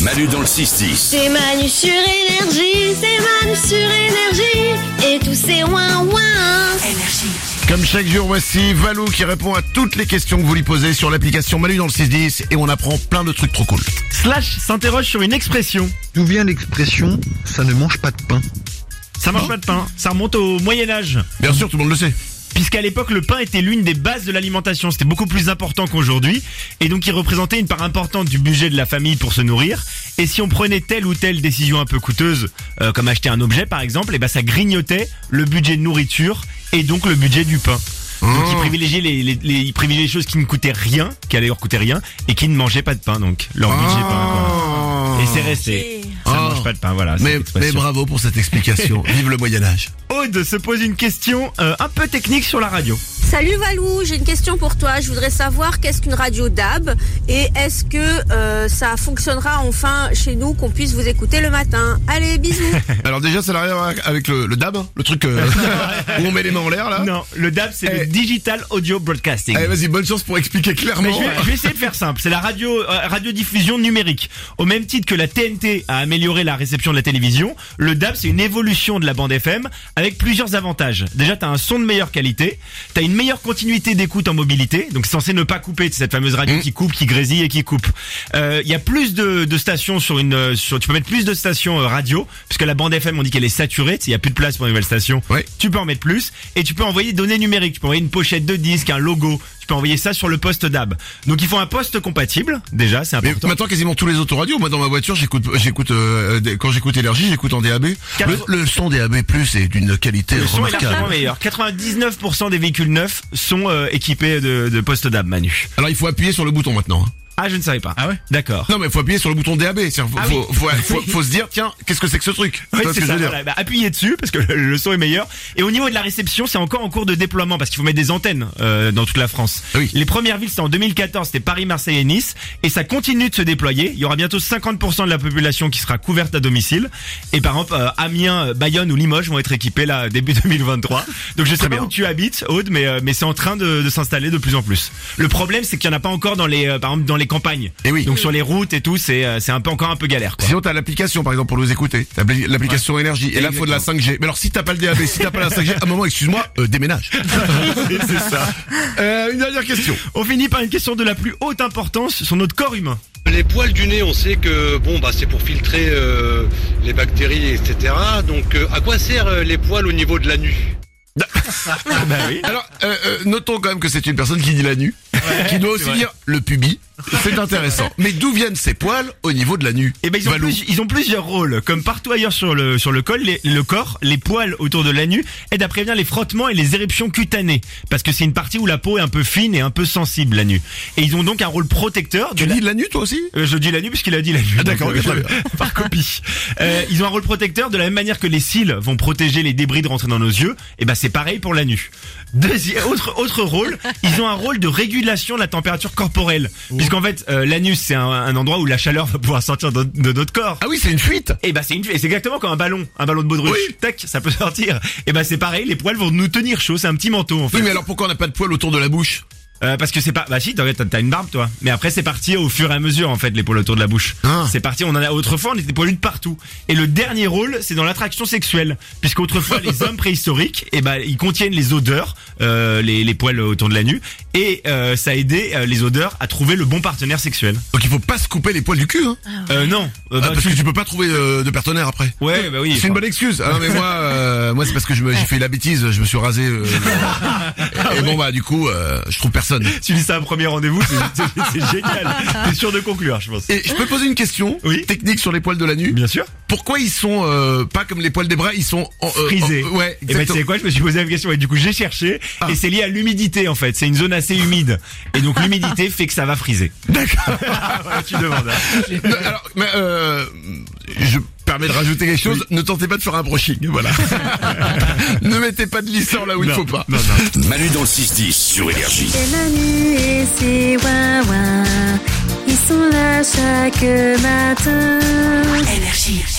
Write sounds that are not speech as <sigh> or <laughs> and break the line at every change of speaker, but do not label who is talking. Manu dans le 6-10.
C'est Manu sur énergie, c'est Manu sur énergie, et tous ces ouin ouin.
Comme chaque jour, voici Valou qui répond à toutes les questions que vous lui posez sur l'application Manu dans le 610 et on apprend plein de trucs trop cool.
Slash s'interroge sur une expression.
D'où vient l'expression ça ne mange pas de pain
Ça marche pas de pain. Ça remonte au Moyen Âge.
Bien sûr, tout le monde le sait.
Puisqu'à l'époque, le pain était l'une des bases de l'alimentation. C'était beaucoup plus important qu'aujourd'hui. Et donc, il représentait une part importante du budget de la famille pour se nourrir. Et si on prenait telle ou telle décision un peu coûteuse, euh, comme acheter un objet par exemple, et ben ça grignotait le budget de nourriture et donc le budget du pain. Donc, il privilégiait les, les- les- il privilégiait les choses qui ne coûtaient rien, qui allaient leur coûter rien, et qui ne mangeaient pas de pain, donc. Leur budget pain, quoi. Et c'est resté. Ça
Ah.
mange pas de pain, voilà. cette
Mais, mais
expression.
bravo pour cette
<laughs>
explication. Vive le Moyen-Âge.
Aude se pose une question euh, un peu technique sur la radio.
Salut Valou, j'ai une question pour toi. Je voudrais savoir qu'est-ce qu'une radio DAB et est-ce que euh, ça fonctionnera enfin chez nous qu'on puisse vous écouter le matin. Allez, bisous.
Alors déjà, ça n'a rien à voir avec le, le DAB, le truc euh,
<laughs>
où on met les mains en l'air là.
Non, le DAB, c'est
Eh.
le Digital Audio Broadcasting.
Allez, vas-y, bonne chance pour expliquer
Mais
clairement.
je, vais, je vais essayer de faire simple. C'est la radio, euh, radiodiffusion numérique. Au même titre que la TNT a amélioré la réception de la télévision, le DAB c'est une évolution de la bande FM avec plusieurs avantages. Déjà, t'as un son de meilleure qualité, t'as une meilleure continuité d'écoute en mobilité, donc c'est censé ne pas couper. C'est cette fameuse radio qui coupe, qui grésille et qui coupe. Euh, Il y a plus de, de stations sur une, euh, sur, tu peux mettre plus de stations euh, radio puisque la bande FM on dit qu'elle est saturée, il y a plus de place pour une nouvelle station.
Ouais.
Tu peux en mettre plus et tu peux envoyer des données numériques. Tu peux envoyer une pochette de disque, un logo. Tu peux envoyer ça sur le poste DAB. Donc il faut un poste compatible. Déjà, c'est
Mais
important.
maintenant quasiment tous les autoradios, moi dans ma voiture j'écoute j'écoute euh, des- quand j'écoute énergie j'écoute en DAB.
Quatre-
Le, le son DAB plus est d'une qualité
Le son est
remarquable.
largement meilleur. 99% des véhicules neufs sont euh, équipés de, de poste DAB, Manu.
Alors il faut appuyer sur le bouton maintenant. hein.
Ah, je ne savais pas. Ah ouais. D'accord.
Non mais il faut appuyer sur le bouton DAB. C'est-à-dire, Faut,
Ah
faut, faut, faut-
<laughs>
faut se dire tiens qu'est-ce que c'est que ce truc. Tu
Oui,
vois ce
c'est
que je
ça,
veux dire
voilà. Bah, appuyez dessus parce que <laughs> le, le son est meilleur. Et au niveau de la réception, c'est encore en cours de déploiement parce qu'il faut mettre des antennes euh, dans toute la France.
Oui.
Les premières villes, c'était en 2014, c'était Paris, Marseille et Nice. Et ça continue de se déployer. Il y aura bientôt 50% de la population qui sera couverte à domicile. Et par exemple, euh, Amiens, euh, Bayonne ou Limoges vont être équipés là <laughs> début 2023. Donc je sais pas
bien.
où tu habites, Aude, mais, euh, mais c'est en train de, de s'installer de plus en plus. Le problème, c'est qu'il n'y en a pas encore dans les, euh, par exemple, dans les campagnes.
Eh oui.
Donc sur les routes et tout, c'est euh, c'est un peu encore un peu galère. quoi.
Sinon t'as l'application par exemple pour nous écouter, T'as l'appli- l'application énergie et là faut de la 5G. Mais alors si t'as pas le DAB, si t'as pas la 5G, à un moment excuse-moi, euh, déménage.
<laughs> c'est ça.
Euh, une dernière question.
On finit par une question de la plus haute importance sur notre corps <laughs> humain.
Les poils du nez, on sait que bon, bah, c'est pour filtrer euh, les bactéries, etc. Donc, euh, à quoi servent euh, les poils au niveau de la nuit
bah oui.
Alors euh, euh, notons quand même que c'est une personne qui dit la nu, qui doit aussi dire le pubis. C'est
<laughs>
intéressant. Mais d'où viennent ces poils au niveau de la nu
Et ben ils ont,
Valou.
plus- ils ont plusieurs rôles. Comme partout ailleurs sur le sur le col, les- le corps, les poils autour de la nuque aident à prévenir les frottements et les éruptions cutanées, parce que c'est une partie où la peau est un peu fine et un peu sensible la nuque. Et ils ont donc un rôle protecteur. de
Tu
la-
dis de la nu toi aussi
Euh, je dis la nuit puisqu'il a dit la nuit.
Ah, d'accord,
Donc, euh,
ok, très
je-
bien.
par copie. Euh, ils ont un rôle protecteur de la même manière que les cils vont protéger les débris de rentrer dans nos yeux. Et ben c'est pareil pour la nuit. Deuxième autre autre rôle, ils ont un rôle de régulation de la température corporelle, puisqu'en fait euh, l'anus c'est un, un endroit où la chaleur va pouvoir sortir de, de notre corps.
Ah oui, c'est une fuite
Et ben c'est une, et c'est exactement comme un ballon, un ballon de baudruche.
Oui.
Tac, ça peut sortir. Et ben c'est pareil, les poils vont nous tenir chaud. C'est un petit manteau en fait.
Oui, mais alors pourquoi on n'a pas de poils autour de la bouche
Euh, parce que c'est pas. Bah si, t'as t'as une barbe toi. Mais après c'est parti au fur et à mesure en fait les poils autour de la bouche.
Ah.
C'est parti. On en a autrefois on était poilus de partout. Et le dernier rôle c'est dans l'attraction sexuelle, puisqu'autrefois <laughs> les hommes préhistoriques, et ben ils contiennent les odeurs, euh, les, les poils autour de la nuque, et euh, ça a aidé euh, les odeurs à trouver le bon partenaire sexuel.
Donc il faut pas se couper les poils du cul, hein
Euh, non. Euh,
Ah,
bah,
Parce
tu-
que tu peux pas trouver euh, de partenaire après.
Ouais bah oui.
C'est une bonne excuse. Ah non mais moi, euh, moi c'est parce que je me- j'ai fait la bêtise, je me suis rasé.
<laughs>
euh, et bon bah du coup, euh, je trouve personne.
Tu dis ça à un premier rendez-vous, c'est- c'est c'est <laughs> génial. T'es sûr de conclure, je pense.
Et je peux poser une question
Oui.
technique sur les poils de la nuit.
Bien sûr.
Pourquoi ils sont euh, pas comme les poils des bras, ils sont en, euh,
frisé.
en- ouais,
Et ben tu
exactement. Ah.
sais quoi, je me suis posé la question et du coup j'ai cherché et c'est lié à l'humidité en fait. C'est une zone assez humide et donc l'humidité fait que ça va friser. <laughs> D'accord. tu demandes. hein.
Non, alors, mais, euh, je permets de rajouter quelque chose. Ne tentez pas de faire un brushing,
<laughs>
voilà. ne mettez pas de lisseur là où il faut pas.
Manu dans le 6-10 sur Énergie.
C'est Manu et ses ouin ouin, ils sont là chaque matin.
Énergie.